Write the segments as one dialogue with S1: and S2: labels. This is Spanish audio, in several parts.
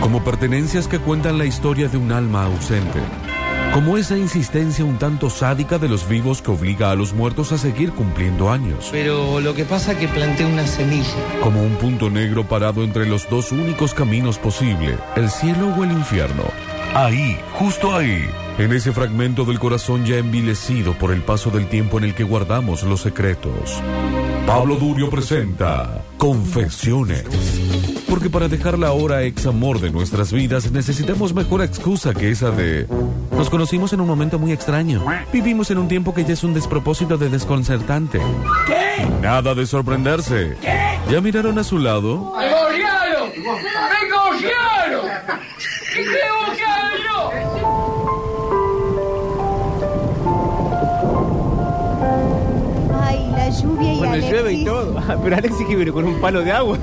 S1: como pertenencias que cuentan la historia de un alma ausente, como esa insistencia un tanto sádica de los vivos que obliga a los muertos a seguir cumpliendo años,
S2: Pero lo que pasa es que planté una semilla.
S1: como un punto negro parado entre los dos únicos caminos posible, el cielo o el infierno. Ahí, justo ahí, en ese fragmento del corazón ya envilecido por el paso del tiempo en el que guardamos los secretos. Pablo Durio presenta Confesiones. Porque para dejar la hora ex amor de nuestras vidas necesitamos mejor excusa que esa de nos conocimos en un momento muy extraño. Vivimos en un tiempo que ya es un despropósito de desconcertante. ¿Qué? Nada de sorprenderse. ¿Ya miraron a su lado?
S3: ¡Me golpearon! ¡Me golpearon! ¿Qué tengo que hacer yo?
S4: Ay, la lluvia y
S5: Bueno,
S4: Alexis.
S5: llueve y todo. Ah, Pero Alexis Gibero con un palo de agua.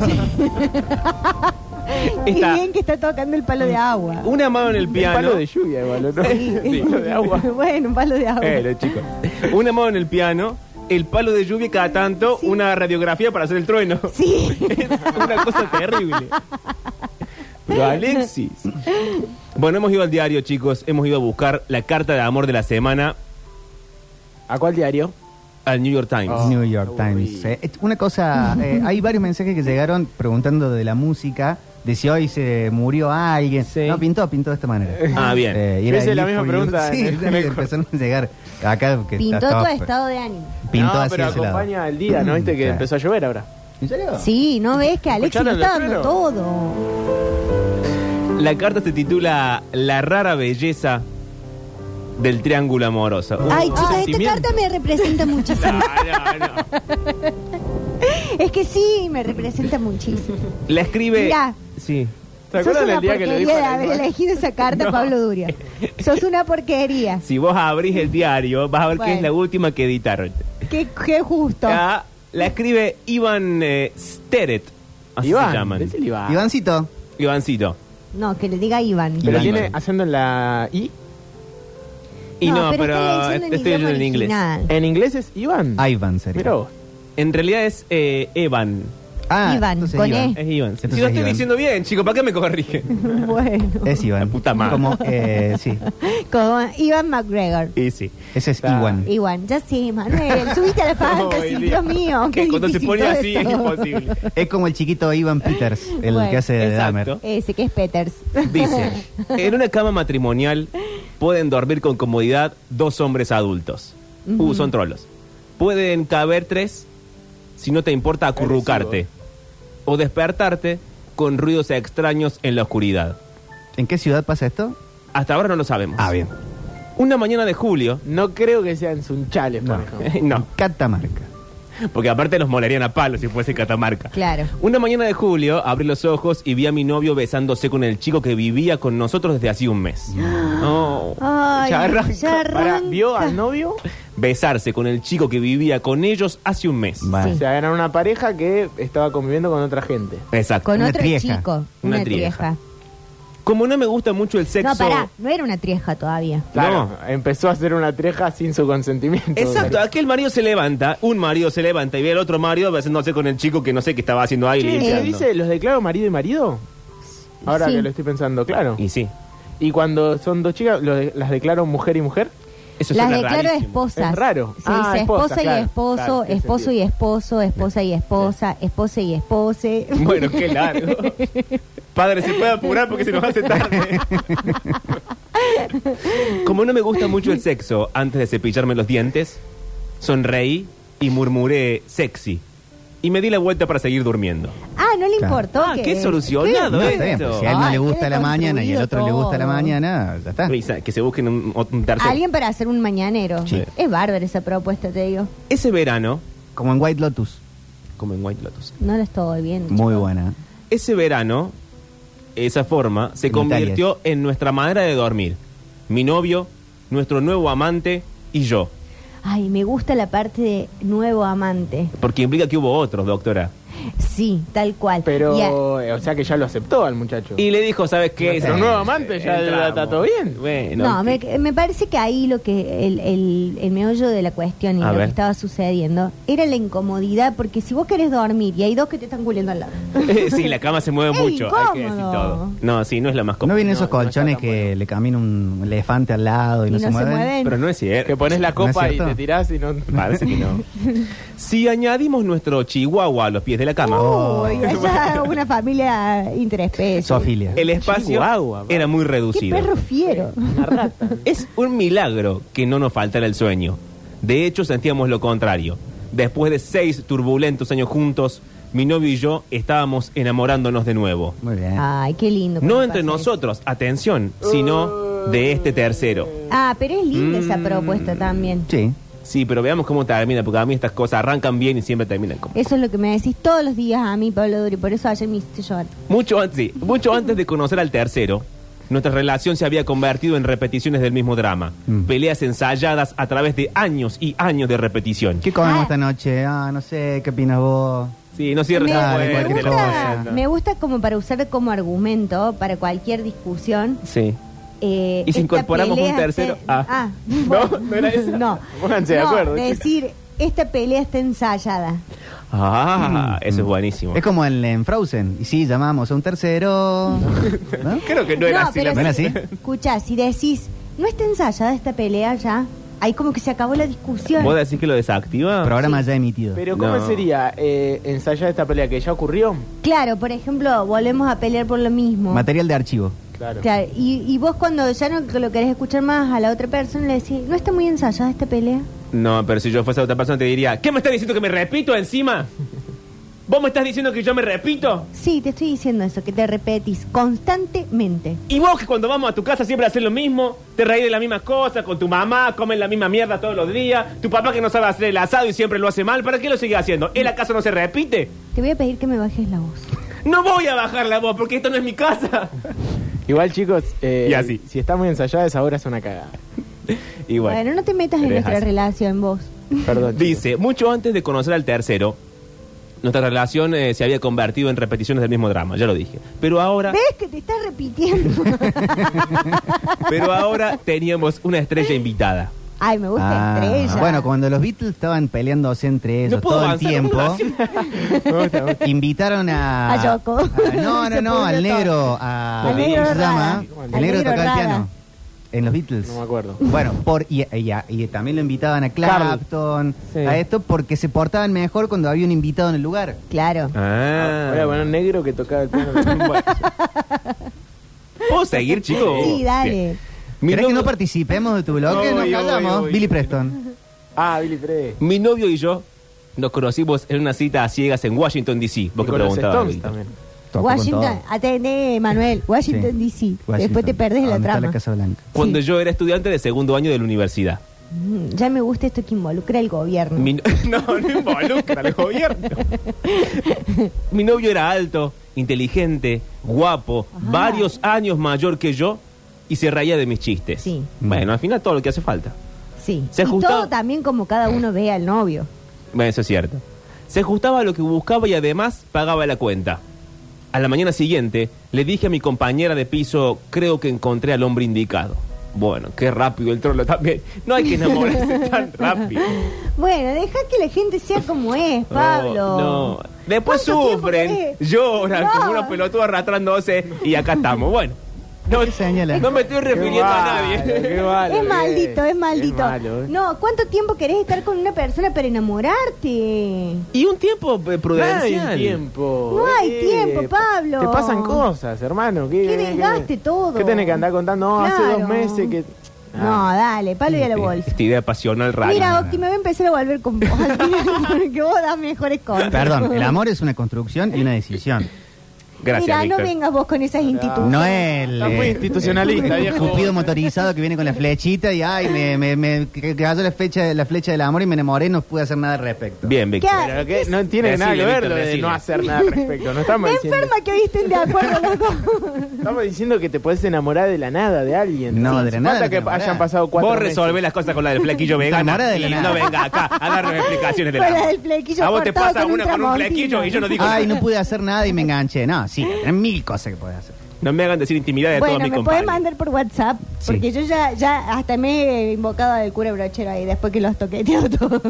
S4: Y
S5: Está
S4: bien que está tocando el palo de agua.
S5: una mano en el piano.
S6: palo de lluvia igual, ¿no?
S5: Sí.
S6: palo de agua.
S4: bueno, un palo de agua.
S5: Eh, los chicos. Una mano en el piano, el palo de lluvia y cada tanto, una radiografía para hacer el trueno.
S4: Sí.
S5: Es una cosa terrible.
S6: Pero Alexis.
S5: Bueno, hemos ido al diario, chicos. Hemos ido a buscar la carta de amor de la semana
S6: ¿A cuál diario? Ah.
S5: al New York Times.
S7: New York Times. eh. Es Una cosa, eh, hay varios mensajes que llegaron preguntando de la música, de si hoy se murió alguien.
S6: Sí.
S7: No, pintó, pintó de esta manera.
S5: Ah, bien.
S7: Eh, y era
S6: Esa es la
S7: Live
S6: misma
S7: for You.
S6: pregunta
S7: Sí,
S6: en el- en el-
S7: empezaron a llegar acá. Que
S4: Pintó
S7: estaba-
S4: todo estado de ánimo.
S7: Pintó
S6: no,
S7: así
S6: pero
S7: de ese lado. Mm,
S6: acompaña el día, ¿no? Viste que
S7: Claro.
S6: empezó a llover ahora.
S7: ¿En serio?
S4: Sí, ¿no ves que Alexis lo
S6: ¿Escucharon
S4: está
S6: el
S4: dando todo?
S5: La carta se titula La rara belleza del triángulo amoroso.
S6: Uh,
S5: Un
S4: Ay, chicos, esta
S5: sentimiento.
S4: carta me representa muchísimo.
S5: No, no, no.
S4: es que sí, me representa muchísimo.
S5: La escribe.
S4: Mirá.
S5: Sí.
S6: ¿Se
S4: Sos
S6: acuerdan
S4: una
S6: del día que le dijo?
S4: porquería de
S6: a la
S4: haber
S6: hermana?
S4: elegido esa carta, Pablo Durio. Sos una porquería.
S5: Si vos abrís el diario, vas a ver que es
S4: Bueno.
S5: la última que editaron.
S4: Qué, qué justo.
S5: Ah, la escribe Iván eh, Steret. Así se
S6: Iván.
S5: llaman.
S6: decile Iván.
S7: Ivancito.
S6: Mm.
S5: Ivancito.
S4: No, que le diga Iván.
S6: Pero
S7: Iván.
S6: tiene haciendo en la I.
S5: Y no, pero,
S4: está
S5: este-
S4: leyendo
S5: estoy leyendo en inglés.
S4: original.
S6: En inglés es Iván.
S7: Ivan Ah, sería.
S6: Mirá vos.
S5: En realidad es eh, Evan.
S7: Ah,
S4: Iván,
S7: entonces
S4: con
S7: Iván.
S4: E.
S5: Es Iván.
S7: Entonces
S5: si lo
S7: es
S5: estoy
S7: Iván.
S5: diciendo bien, chico, ¿para qué me corrigen?
S4: Bueno,
S7: Es Iván.
S5: La puta madre.
S7: Como, eh, sí.
S4: con Iván McGregor.
S5: Y sí.
S7: Ese es
S6: Ah.
S7: Iwan.
S4: Iván, ya sí, Manuel, subiste a la panca, sí,
S5: Ay, Dios.
S4: Dios mío.
S5: Que
S4: qué
S5: cuando se
S4: difícil
S5: pone
S4: todo
S5: así es
S4: esto.
S5: imposible.
S7: Es como el chiquito Ivan Peters, el
S4: Bueno,
S7: que hace de
S5: exacto.
S7: Dahmer.
S4: Ese que es Peters.
S5: Dice, en una cama matrimonial pueden dormir con comodidad dos hombres adultos. Uh, son trolos. Pueden caber tres si no te importa acurrucarte o despertarte con ruidos extraños en la oscuridad.
S7: ¿En qué ciudad pasa esto?
S5: Hasta ahora no lo sabemos.
S7: Ah, bien.
S5: Una mañana de julio,
S6: No creo que sean Sunchales, por
S7: No.
S6: ejemplo.
S5: no,
S7: Catamarca.
S5: porque aparte los molarían a palo si fuese Catamarca.
S4: Claro.
S5: Una mañana de julio abrí los ojos y vi a mi novio besándose con el chico que vivía con nosotros desde hace un mes. Oh.
S4: Ay,
S6: Ya arranca.
S4: ya arranca.
S6: Pará, ¿Vio al novio?
S5: besarse con el chico que vivía con ellos hace un mes.
S7: Vale.
S6: O sea, eran una pareja que estaba conviviendo con otra gente.
S5: Exacto.
S4: Con
S7: Una
S4: otro
S7: trieja.
S4: chico.
S5: Una
S4: Una,
S5: trieja.
S4: trieja.
S5: Como no me gusta mucho el sexo.
S4: No, pará, no era una trieja todavía.
S6: Claro,
S5: No.
S6: empezó a hacer una treja sin su consentimiento.
S5: Exacto, aquel marido se levanta, un marido se levanta y ve al otro marido besándose con el chico que no sé qué estaba haciendo ahí.
S6: Che, ¿se
S5: limpiando.
S6: dice los declaro marido y marido? Ahora
S4: Sí.
S6: que lo estoy pensando, claro.
S5: Y sí,
S6: Y cuando son dos chicas, lo de- ¿las declaro mujer y mujer?
S5: eso
S4: Las
S5: suena
S4: declaro
S5: rarísimo.
S4: esposas.
S6: Es raro.
S4: Se
S6: Ah,
S4: dice
S6: esposa,
S4: esposa,
S6: claro,
S4: y esposo,
S6: claro, tiene
S4: esposo y
S6: sentido.
S4: esposo, esposa y esposa, esposa y espose.
S5: Bueno, qué largo. Padre, se puede apurar porque se nos hace tarde. Como no me gusta mucho el sexo, antes de cepillarme los dientes, sonreí y murmuré sexy. Y me di la vuelta para seguir durmiendo.
S4: Ah, no le
S7: Claro.
S4: importó.
S5: Ah,
S4: que-
S5: qué solucionado
S7: No,
S5: ¿eh?
S7: está bien,
S5: esto.
S7: pues si a él no
S4: Ay,
S7: le gusta
S4: qué
S7: la mañana y al otro le gusta la
S4: todo.
S7: mañana, ya está.
S5: Risa, que se busquen un, un tercero.
S4: Alguien para hacer un mañanero.
S7: Sí.
S4: Es bárbara esa propuesta, te digo.
S5: Ese verano,
S7: Como en White Lotus.
S5: como en White Lotus,
S4: No lo estoy viendo.
S7: Muy buena.
S5: ese verano, esa forma se
S7: En
S5: convirtió en nuestra manera de dormir. Mi novio, nuestro nuevo amante y yo.
S4: Ay, me gusta la parte de nuevo amante.
S5: Porque implica que hubo otros, doctora.
S4: Sí, tal cual.
S6: Pero
S4: Y a-
S6: eh, o sea que ya lo aceptó al muchacho.
S5: Y le dijo, ¿sabes qué?
S6: Nuestro
S5: Sí,
S6: nuevo amante ya
S5: entramos.
S6: está todo bien.
S5: Bueno.
S4: No, me,
S5: que-
S4: me parece que ahí lo que el, el- el meollo de la cuestión y
S5: A
S4: lo
S5: ver.
S4: que estaba sucediendo era la incomodidad, porque si vos querés dormir y hay dos que te están culiendo al lado.
S5: eh, sí, la cama se mueve
S4: Es
S5: mucho, hay que
S4: incómodo.
S5: decir todo. No, sí, no es la más
S7: No
S5: cómoda.
S7: vienen esos colchones que le camina un elefante al lado y, no, se mueven.
S5: Pero no es cierto.
S6: Que pones la
S7: ¿No es
S6: copa y
S7: cierto?
S6: te tirás y no.
S5: Parece que no. Si añadimos nuestro chihuahua a los pies de la cama,
S4: Uy, allá una familia interespecie.
S7: Zoofilia.
S5: el espacio
S6: Chihuahua, va.
S5: era muy
S4: Qué
S5: reducido.
S4: perro fiero.
S5: Es un milagro que no nos faltara el sueño. De hecho, sentíamos lo contrario. Después de seis turbulentos años juntos, mi novio y yo estábamos enamorándonos de nuevo.
S7: Muy bien.
S4: Ay, qué lindo.
S5: No
S4: cuando
S5: entre
S4: pasa eso.
S5: nosotros, atención, sino de este tercero.
S4: Ah, pero es linda
S5: Mm.
S4: esa propuesta también.
S7: Sí.
S5: Sí, pero veamos cómo termina, porque a mí estas cosas arrancan bien y siempre terminan como.
S4: Eso es lo que me decís todos los días a mí, Pablo Duri. Por eso ayer me hiciste llorar.
S5: Mucho antes, sí, mucho antes de conocer al tercero, nuestra relación se había convertido en repeticiones del mismo drama.
S7: Mm.
S5: Peleas ensayadas a través de años y años de repetición.
S7: ¿Qué comemos
S4: Ah.
S7: esta noche? Ah, no sé, ¿qué opinas vos?
S5: Sí, no cierres
S4: me,
S5: la
S7: dale,
S4: me
S5: puerta,
S7: cualquier
S5: la
S4: gusta,
S5: puerta.
S4: me gusta como para usar como argumento para cualquier discusión.
S5: Sí.
S4: eh,
S5: ¿Y si
S4: esta
S5: incorporamos un
S4: pelea
S5: tercero?
S4: está-
S5: Ah.
S4: bueno,
S6: No, no era esa.
S4: No,
S6: Pónganse de
S4: No,
S6: acuerdo, chicos.
S4: decir, esta pelea está ensayada.
S5: Ah, eso es buenísimo.
S7: Es como el en Frozen. Y sí, llamamos a un tercero. ¿No?
S5: Creo que no era así.
S4: pero
S5: la-
S7: ¿No era así?
S4: Escuchá, si decís, no está ensayada esta pelea ya, ahí como que se acabó la discusión.
S5: ¿Vos decís que lo desactiva?
S7: Programa ya emitido.
S6: Pero ¿cómo
S5: No.
S6: sería eh, ensayar esta pelea que ya ocurrió?
S4: Claro, por ejemplo, volvemos a pelear por lo mismo.
S7: Material de archivo.
S6: Claro.
S4: Claro, y, y vos cuando ya no lo querés escuchar más a la otra persona le decís, ¿no está muy ensayada esta pelea?
S5: No, pero si yo fuese otra persona te diría, ¿qué me estás diciendo que me repito encima? ¿Vos me estás diciendo que yo me repito?
S4: Sí, te estoy diciendo eso, que te repetís constantemente.
S5: Y vos que cuando vamos a tu casa siempre haces lo mismo, te reís de la misma cosa, con tu mamá, comen la misma mierda todos los días, tu papá que no sabe hacer el asado y siempre lo hace mal, ¿para qué lo sigue haciendo? ¿Él acaso no se repite?
S4: Te voy a pedir que me bajes la voz.
S5: No voy a bajar la voz porque esto no es mi casa.
S6: Igual, chicos, eh,
S5: Y así.
S6: si está muy ensayada, esa hora es una cagada.
S5: Y
S4: Bueno, no te metas en
S5: pero es
S4: nuestra
S5: así.
S4: relación vos.
S6: Perdón. chicos.
S5: Dice, mucho antes de conocer al tercero, nuestra relación eh, se había convertido en repeticiones del mismo drama, ya lo dije. Pero ahora,
S4: ¿Ves que te estás repitiendo?
S5: pero ahora teníamos una estrella invitada.
S4: Ay, me gusta
S7: Ah,
S4: estrella.
S7: Bueno, cuando los Beatles estaban peleándose entre ellos
S5: puedo
S7: todo
S5: avanzar,
S7: el tiempo,
S5: ¿cómo lo hacía?
S6: Me gusta, me gusta.
S7: invitaron a.
S4: A Yoko.
S7: a- no, no,
S4: Se
S7: no,
S4: pudrió
S7: al
S4: todo.
S7: negro. A,
S4: Al negro
S7: ¿Cómo se
S4: Rada.
S7: llama?
S6: Al
S7: El negro
S4: negro
S7: tocaba el
S4: Rada.
S7: piano. En los Beatles.
S6: No me acuerdo.
S7: Bueno, por, y, y- y también lo invitaban a
S6: Carl.
S7: Clapton,
S6: Sí.
S7: a esto, porque se portaban mejor cuando había un invitado en el lugar.
S4: Claro.
S5: Ah.
S6: Voy a poner negro que tocaba el piano. Bueno,
S5: ¿Puedo seguir, chicos?
S4: Sí, dale.
S5: Mi
S7: ¿Querés que no
S5: novio,
S7: participemos de tu bloque?
S6: Obvio,
S7: Nos callamos.
S6: obvio.
S7: Billy Preston.
S6: ah, Billy Freddy.
S5: mi novio y yo nos conocimos en una cita a ciegas en Washington, D.C. Vos que
S6: Con los
S5: preguntabas.
S6: Stones
S5: Víctor.
S6: también.
S7: Tocó con
S4: Washington,
S7: todo.
S4: atendé, Manuel. Washington
S7: Sí.
S4: DC. Después te perdés la
S7: ¿Dónde
S4: trama.
S7: Está la Casa Blanca.
S5: Cuando yo era estudiante de segundo año de la universidad.
S4: Mm, Ya me gusta esto que involucra el gobierno.
S7: Mm.
S5: Mi no, no, no involucra al gobierno. Mi novio era alto, inteligente, guapo,
S4: Ajá.
S5: varios años mayor que yo y se reía de mis chistes.
S4: Sí.
S5: Bueno, al final todo lo que hace falta.
S4: Sí.
S5: Se
S4: y
S5: juntó-
S4: todo también como cada uno ve al novio.
S5: Bueno, eso es cierto. Se ajustaba a lo que buscaba y además pagaba la cuenta. A la mañana siguiente le dije a mi compañera de piso, creo que encontré al hombre indicado. Bueno, qué rápido el trolo también. No hay que enamorarse tan rápido.
S4: Bueno, deja que la gente sea como es,
S5: Oh,
S4: Pablo.
S5: no. Después
S4: ¿Cuánto tiempo
S5: sufren,
S4: querés?
S5: lloran
S4: No.
S5: como unos pelotudos arrastrándose y acá estamos. Bueno, no,
S7: ¿Qué señala?
S5: no me estoy refiriendo a
S6: Qué malo, qué
S5: nadie.
S6: malo,
S4: Es
S6: eh.
S4: maldito, es maldito.
S6: malo, eh.
S4: No, ¿cuánto tiempo querés estar con una persona para enamorarte?
S5: Y un tiempo eh,
S6: No hay
S5: prudencial.
S6: tiempo. Eh,
S4: No hay tiempo, Pablo.
S6: Te pasan cosas, hermano. ¿Qué,
S4: Qué desgaste todo.
S6: ¿Qué tenés que andar contando? No, hace
S4: Claro.
S6: dos meses que. Ah.
S4: No, dale, palo y a la
S5: Este-
S4: bolsa.
S5: Esta idea pasional rara.
S4: Mira, Octi, me voy a empezar a volver con vos. al final, Porque vos das mejores cosas.
S7: Perdón, eh, el amor es una construcción y una decisión.
S5: Gracias,
S4: Mira,
S5: Víctor.
S4: no vengas vos con esas instituciones.
S7: No es el.
S6: Está muy
S7: eh,
S6: institucionalista,
S7: el
S6: viejo.
S7: Cupido motorizado que viene con la flechita y ay, me, me, me que- que cayó la flecha, la flecha del amor y me enamoré y no pude hacer nada al respecto.
S5: Bien, Víctor.
S4: ¿Qué?
S6: Pero que no tiene
S5: Decile,
S6: nada que
S5: Víctor,
S6: ver lo de
S5: decile.
S6: no hacer nada al respecto. No estamos
S4: Me
S6: diciendo,
S4: enferma que hoy estén de acuerdo los dos.
S6: estamos diciendo que te puedes enamorar de la nada de alguien.
S7: No,
S6: Sí,
S7: de la
S6: hace
S7: nada
S6: falta
S7: te
S6: que
S7: enamorás.
S6: hayan pasado cuatro
S5: Vos
S6: meses.
S5: resolvés las cosas con la del flequillo vegano.
S7: Enamorada de la
S5: y
S7: nada.
S5: no venga acá a darnos explicaciones de
S4: Con la
S5: amor.
S4: del flequillo
S5: A vos te
S4: cortado
S5: pasa
S4: con un
S5: una con un
S4: tramontino.
S5: flequillo y yo no digo
S7: Ay,
S5: nada.
S7: no pude hacer nada y me enganché. No, sí, tenés mil cosas que podés hacer.
S5: No me hagan decir intimidad de
S4: Bueno,
S5: todos mis
S4: me puedes
S5: compañeros.
S4: mandar por WhatsApp,
S7: Sí.
S4: porque yo ya, ya hasta me he invocado al cura brochero ahí después que los toqueteo todo.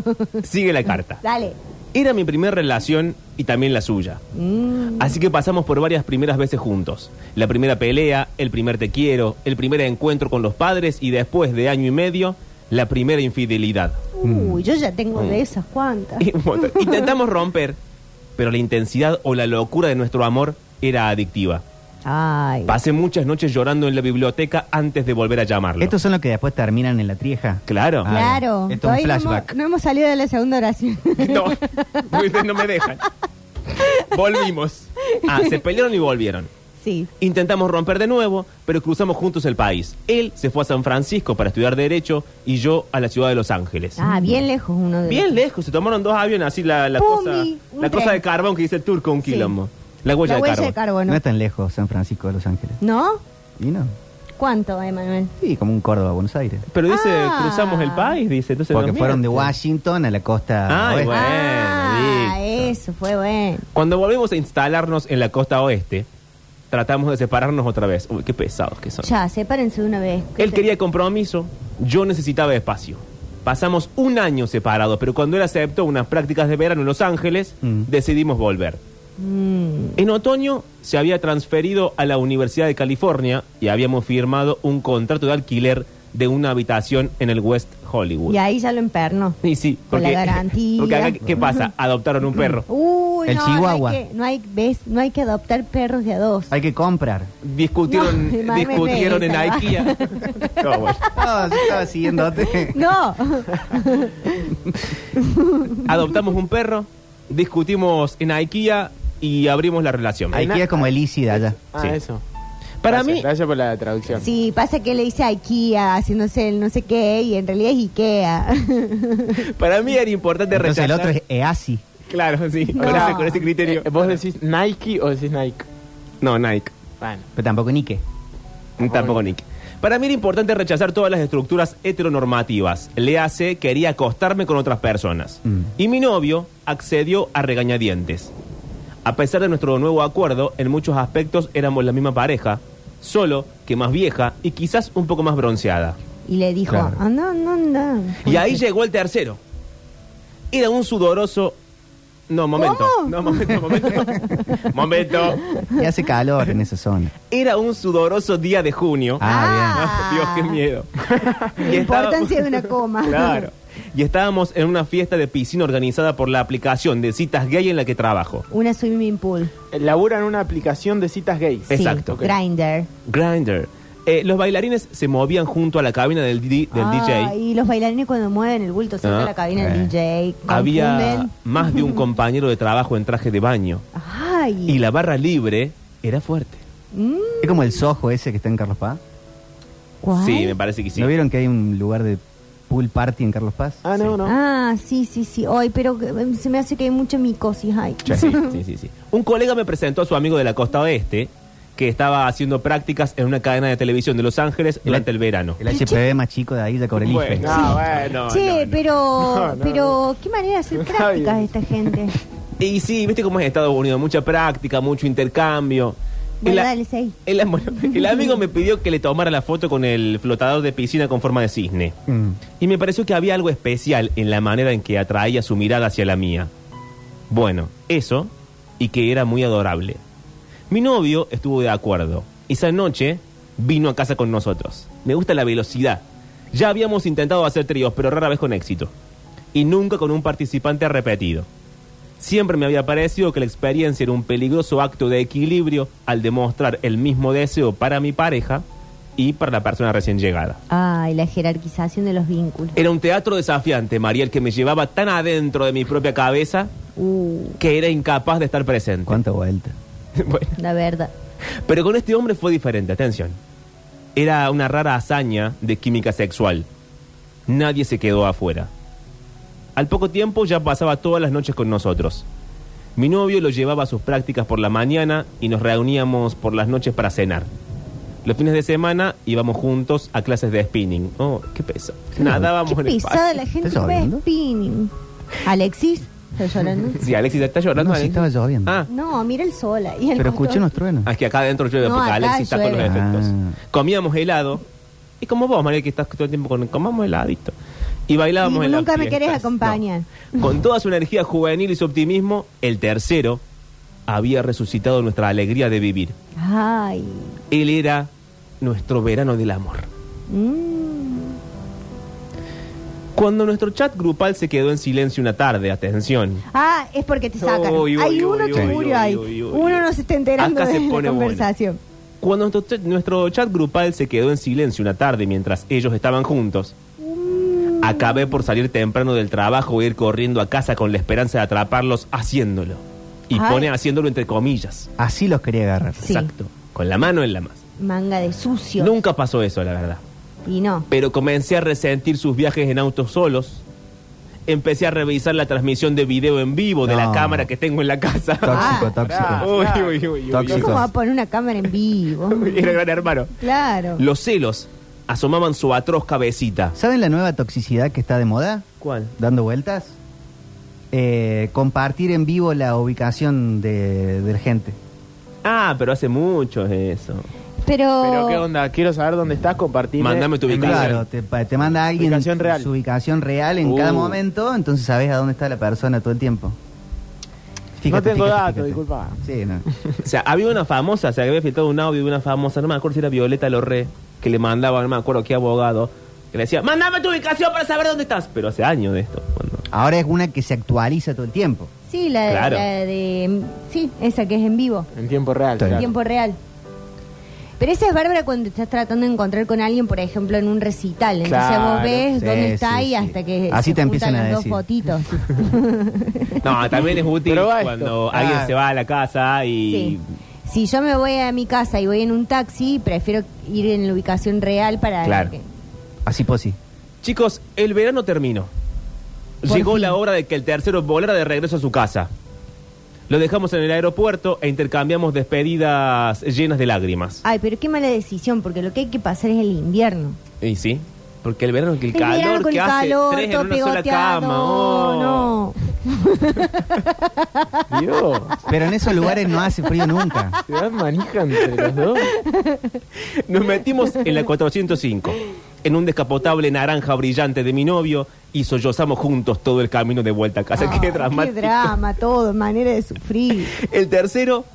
S5: Sigue la carta.
S4: Dale.
S5: Era mi primera relación y también la suya.
S4: Mm.
S5: Así que pasamos por varias primeras veces juntos. La primera pelea, el primer te quiero, el primer encuentro con los padres y después de año y medio, la primera infidelidad.
S4: Uy, yo ya tengo de esas cuantas.
S5: Y un montón. Intentamos romper, pero la intensidad o la locura de nuestro amor era adictiva.
S4: Ay.
S5: Pasé muchas noches llorando en la biblioteca antes de volver a llamarlo.
S7: Estos son los que después terminan en la trieja.
S5: Claro.
S7: Ah.
S4: Claro.
S7: Esto es un
S4: Todavía no
S7: flashback.
S4: hemos- No, hemos salido de la segunda oración.
S5: No, ustedes no me dejan. Volvimos. Ah, se pelearon y volvieron.
S4: sí.
S5: Intentamos romper de nuevo, pero cruzamos juntos el país. Él se fue a San Francisco para estudiar Derecho y yo a la ciudad de Los Ángeles.
S4: Ah, bien lejos uno de
S5: Bien lejos, se tomaron dos aviones, así la, la
S4: Pumi,
S5: cosa,
S4: un
S5: la
S4: tren.
S5: cosa de carbón que dice el turco, un
S4: Sí.
S5: quilombo. La huella,
S4: La huella
S5: de
S4: de
S5: carbón.
S4: carbono.
S7: No es tan lejos San Francisco de Los Ángeles.
S4: ¿No?
S7: ¿Y no?
S4: ¿Cuánto, Emanuel?
S7: Sí, como un Córdoba, Buenos Aires.
S5: Pero dice,
S4: Ah.
S5: cruzamos el país, dice. Entonces,
S7: Porque
S5: no,
S7: fueron de
S5: mira.
S7: Washington a la costa
S5: Ay,
S7: oeste.
S5: bueno.
S4: ah,
S5: listo.
S4: eso fue bueno.
S5: Cuando volvemos a instalarnos en la costa oeste, tratamos de separarnos otra vez. Uy, qué pesados que son.
S4: Ya, sepárense de una vez.
S5: Él quería compromiso, yo necesitaba espacio. Pasamos un año separados, pero cuando él aceptó unas prácticas de verano en Los Ángeles,
S7: Mm.
S5: decidimos volver.
S4: Mm.
S5: En otoño se había transferido a la Universidad de California y habíamos firmado un contrato de alquiler de una habitación en el West Hollywood.
S4: Y ahí ya lo empernó.
S5: Y sí,
S4: Con
S5: porque,
S4: la garantía.
S5: porque acá, ¿qué pasa? Adoptaron un perro.
S4: Uy,
S7: El
S4: no,
S7: chihuahua.
S4: No hay, que, no, hay, ¿ves? no hay que adoptar perros de a dos.
S7: Hay que comprar.
S5: Discutieron,
S4: No, Manuel,
S5: discutieron en
S4: esa, va.
S5: IKEA. No, Ah, bueno.
S7: No, yo estaba siguiéndote.
S4: No.
S5: Adoptamos un perro, discutimos en IKEA y abrimos la relación.
S7: Aquí es como el ICI de allá.
S6: Ah,
S5: Sí.
S6: eso.
S5: Para
S6: Gracias,
S5: mí,
S6: Gracias por la traducción.
S4: Sí, pasa que le dice IKEA haciéndose el no sé qué y en realidad es IKEA.
S5: para mí era importante
S7: Entonces el
S5: rechazar.
S7: otro es EASI.
S5: Claro, sí.
S4: No.
S5: Con, ese, con ese
S6: Eh,
S5: criterio.
S6: ¿Vos decís Nike o decís Nike?
S5: No, Nike.
S6: Bueno.
S7: Pero tampoco Nike.
S5: Tampoco Nike. Para mí era importante rechazar todas las estructuras heteronormativas. Le hace, quería acostarme con otras personas.
S7: Mm.
S5: Y mi novio accedió a regañadientes. A pesar de nuestro nuevo acuerdo, en muchos aspectos éramos la misma pareja, solo que más vieja y quizás un poco más bronceada.
S4: Y le dijo,
S7: Claro.
S4: "Ah, no, no, no.
S5: Y ahí llegó el tercero. Era un sudoroso. No, momento.
S4: ¿Cómo?
S5: No, momento, momento. momento.
S7: Y hace calor en esa zona.
S5: Era un sudoroso día de junio.
S7: Ah,
S5: Ah, Dios, qué miedo.
S4: La importancia de una coma.
S5: Claro. Y estábamos en una fiesta de piscina organizada por la aplicación de citas gay en la que trabajo.
S4: Una swimming pool.
S6: eh, Laburan una aplicación de citas gays.
S5: Eh. Exacto.
S4: Sí, Grinder.
S5: Grinder. Eh, los bailarines se movían junto a la cabina del, di- del DJ.
S4: Ah, Y los bailarines cuando mueven el bulto cerca
S5: Ah.
S4: de la cabina
S7: Eh.
S4: del DJ.
S5: Había
S4: confunden.
S5: más de un compañero de trabajo en traje de baño.
S4: Ay. Mm,
S5: Y la barra libre era fuerte.
S7: bien. Es como el sojo ese que está en Carlos Paz.
S4: ¿Cuál?
S5: Sí, me parece que sí.
S7: ¿No vieron que hay un lugar de pool party en Carlos Paz?
S6: Ah, no, no.
S4: Ah, sí, sí, sí. Ay, pero eh, se me hace que hay mucha micosis. Ay.
S5: Sí, sí, sí, sí. Un colega me presentó a su amigo de la costa oeste que estaba haciendo prácticas en una cadena de televisión de Los Ángeles durante el verano.
S7: El HPV más chico de ahí, de Cobrelife.
S5: Bueno, bueno,
S4: che,
S5: no, no.
S4: pero,
S6: No, no,
S4: pero qué manera de hacer
S6: Está
S4: prácticas
S6: bien.
S4: esta gente.
S5: Y sí, viste cómo es Estados Unidos, mucha práctica, mucho intercambio.
S4: Bueno,
S5: a-
S4: dale, seguí.
S5: el, am- el amigo me pidió que le tomara la foto con el flotador de piscina con forma de cisne.
S7: Mm.
S5: Y me pareció que había algo especial en la manera en que atraía su mirada hacia la mía. Bueno, eso, y que era muy adorable. Mi novio estuvo de acuerdo. Esa noche vino a casa con nosotros. Me gusta la velocidad. Ya habíamos intentado hacer tríos, pero rara vez con éxito. Y nunca con un participante repetido. Siempre me había parecido que la experiencia era un peligroso acto de equilibrio al demostrar el mismo deseo para mi pareja y para la persona recién llegada.
S4: Ay, la jerarquización de los vínculos.
S5: Era un teatro desafiante, Mariel, que me llevaba tan adentro de mi propia cabeza
S4: Uh,
S5: que era incapaz de estar presente.
S7: ¿Cuánta vuelta?
S5: Bueno,
S4: la verdad.
S5: pero con este hombre fue diferente, atención. Era una rara hazaña de química sexual. Nadie se quedó afuera. Al poco tiempo ya pasaba todas las noches con nosotros. Mi novio lo llevaba a sus prácticas por la mañana y nos reuníamos por las noches para cenar. Los fines de semana íbamos juntos a clases de spinning. Oh, qué peso. Nadábamos
S4: Qué
S5: en el
S4: pisada
S5: espacio.
S4: la gente
S7: ¿Estás
S4: ve
S7: hablando?
S4: spinning. Alexis, ¿Está llorando?
S5: Sí, Alexis está
S7: No,
S5: llorando.
S7: sí
S5: Alexis?
S7: estaba lloviendo.
S5: Ah,
S4: No, mira el sol ahí. el
S7: Pero
S4: costo.
S7: escuché unos truenos.
S5: es que acá adentro llueve
S4: No,
S5: porque
S4: acá
S5: Alexis está con los
S4: llueve.
S5: efectos.
S7: Ah.
S5: Comíamos helado. Y como vos, María, que estás todo el tiempo con comamos heladito. Y bailábamos
S4: Y
S5: en las
S4: nunca me
S5: fiestas.
S4: querés acompañar.
S5: No. Con toda su energía juvenil y su optimismo, el tercero había resucitado nuestra alegría de vivir.
S4: Ay.
S5: Él era nuestro verano del amor.
S4: Mm.
S5: Cuando nuestro chat grupal se quedó en silencio una tarde, atención.
S4: Ah, es porque te sacan.
S5: Uy, uy,
S4: Hay
S5: uy,
S4: uno que
S5: uy,
S4: murió
S5: uy,
S4: ahí.
S5: uy, uy,
S4: Uno
S5: uy.
S4: no se está enterando
S5: Acá se
S4: de la
S5: pone bueno.
S4: conversación.
S5: Cuando nuestro chat, nuestro chat grupal se quedó en silencio una tarde mientras ellos estaban juntos, acabé por salir temprano del trabajo e ir corriendo a casa con la esperanza de atraparlos haciéndolo. Y
S4: Ay.
S5: pone haciéndolo entre comillas.
S7: Así los quería agarrar.
S4: Sí.
S5: Exacto. Con la mano en la más.
S4: Manga de sucio.
S5: Nunca pasó eso, la verdad.
S4: Y no.
S5: Pero comencé a resentir sus viajes en autos solos. Empecé a revisar la transmisión de video en vivo de la
S7: No.
S5: cámara que tengo en la casa.
S7: Tóxico,
S6: Ah.
S7: tóxico.
S5: Uy, uy, uy, uy, uy.
S4: ¿Cómo
S7: Tóxico.
S4: va a poner una cámara en vivo?
S5: Era gran hermano.
S4: claro.
S5: Los celos asomaban su atroz cabecita.
S7: ¿Saben la nueva toxicidad que está de moda?
S5: ¿Cuál?
S7: Dando vueltas. Eh, compartir en vivo la ubicación de, de la gente.
S5: Ah, pero hace mucho eso.
S4: Pero.
S6: Pero qué onda, quiero saber dónde estás, compartime.
S5: Mándame tu ubicación.
S7: Claro, te, pa- te manda alguien
S6: Ubicación real.
S7: su ubicación real en
S5: Uh.
S7: cada momento, entonces sabes a dónde está la persona todo el tiempo.
S6: No tengo datos, disculpa.
S7: Sí, no.
S5: O sea, había una famosa, o sea, que había filtrado un audio de una famosa, no me acuerdo si era Violeta Lorre, que le mandaba, no me acuerdo qué abogado, que le decía, mándame tu ubicación para saber dónde estás. Pero hace años de esto. cuando-
S7: Ahora es una que se actualiza todo el tiempo.
S4: Sí, la de,
S5: Claro.
S4: la de- Sí, esa que es en vivo.
S6: En tiempo real.
S7: Está
S4: en
S7: bien.
S6: claro.
S4: Tiempo real. Pero esa es bárbara cuando te estás tratando de encontrar con alguien, por ejemplo, en un recital. Entonces
S6: Claro.
S4: vos ves
S7: Sí,
S4: dónde está
S7: sí,
S4: ahí
S7: sí.
S4: hasta que
S7: Así
S4: se
S7: te empiezan
S4: juntan
S7: a
S4: las
S7: decir.
S4: dos fotitos.
S5: No, también es útil
S6: Pero va esto.
S5: cuando
S7: Ah.
S5: alguien se va a la casa y...
S4: Sí. Si yo me voy a mi casa y voy en un taxi, prefiero ir en la ubicación real para...
S5: Claro.
S4: que-
S7: Así pues sí.
S5: Chicos, el verano terminó.
S4: Por
S5: Llegó
S4: fin.
S5: la hora de que el tercero volara de regreso a su casa. Lo dejamos en el aeropuerto e intercambiamos despedidas llenas de lágrimas.
S4: Ay, pero qué mala decisión, porque lo que hay que pasar es el invierno.
S5: Y sí, porque el verano, que el,
S4: El
S5: calor
S4: verano con
S5: que
S4: el
S5: hace
S4: calor,
S5: tres en
S4: todo
S5: una sola
S4: pegoteado,
S5: cama. oh.
S4: no.
S6: Dios,
S7: Pero en esos lugares no hace frío nunca.
S6: se dan manija entre los dos.
S5: Nos metimos en la 405, en un descapotable naranja brillante de mi novio y sollozamos juntos todo el camino de vuelta a casa.
S4: Ay,
S5: qué dramático.
S4: Ah, Qué drama, todo, manera de sufrir.
S5: El tercero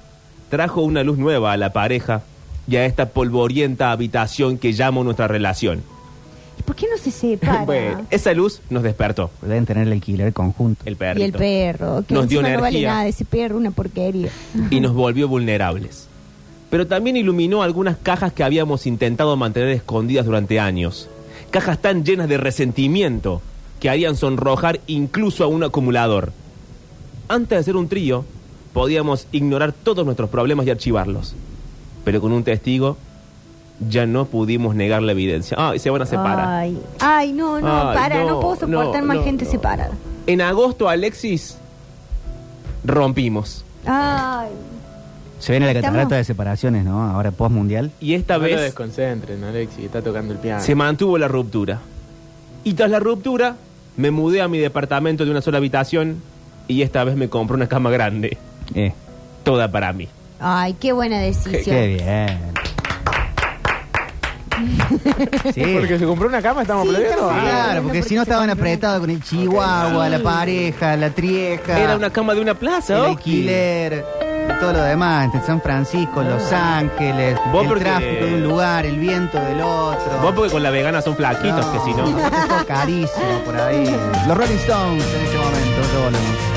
S5: trajo una luz nueva a la pareja y a esta polvorienta habitación que llamo nuestra relación.
S4: ¿Y ¿Por qué no se separa?
S5: Bueno, esa luz nos despertó.
S7: Deben tener el alquiler conjunto.
S5: El perrito.
S4: y el perro, que
S5: Nos dio
S4: encima no vale
S5: energía.
S4: nada ese perro, una porquería.
S5: y nos volvió vulnerables. Pero también iluminó algunas cajas que habíamos intentado mantener escondidas durante años. Cajas tan llenas de resentimiento que harían sonrojar incluso a un acumulador. Antes de ser un trío, podíamos ignorar todos nuestros problemas y archivarlos. Pero con un testigo, ya no pudimos negar la evidencia. Ah, y se van a separar.
S4: Ay, ay, no, no,
S5: Ay,
S4: para, no,
S5: no,
S4: puedo soportar
S5: no,
S4: más
S5: no,
S4: gente
S5: no.
S4: separada.
S5: En agosto, Alexis, rompimos.
S4: Ay,
S7: Se ven en la
S4: Estamos-
S7: catarata de separaciones, ¿no? Ahora post mundial.
S5: Y esta
S6: No lo
S5: vez...
S6: desconcentren, Alexi, está tocando el piano.
S5: Se mantuvo la ruptura. Y tras la ruptura, me mudé a mi departamento de una sola habitación y esta vez me compré una cama grande,
S7: Eh,
S5: toda para mí.
S4: ay, qué buena decisión.
S7: qué bien. Sí.
S6: Porque se compró una cama, estamos
S4: Sí,
S6: aplaudiendo.
S4: estamos
S6: Ah,
S7: Claro, porque si no estaban apretados con el chihuahua, la pareja, la trieja,
S5: Era una cama de una
S7: el
S5: plaza, Oki.
S7: alquiler, y todo lo demás, entre San Francisco, Los Ángeles,
S5: Ah. Vos
S7: el
S5: porque-
S7: tráfico de un lugar, el viento del otro.
S5: Vos porque con la vegana son flaquitos, que si no...
S7: esto es carísimo por ahí. Los Rolling Stones en este momento, ya volvemos.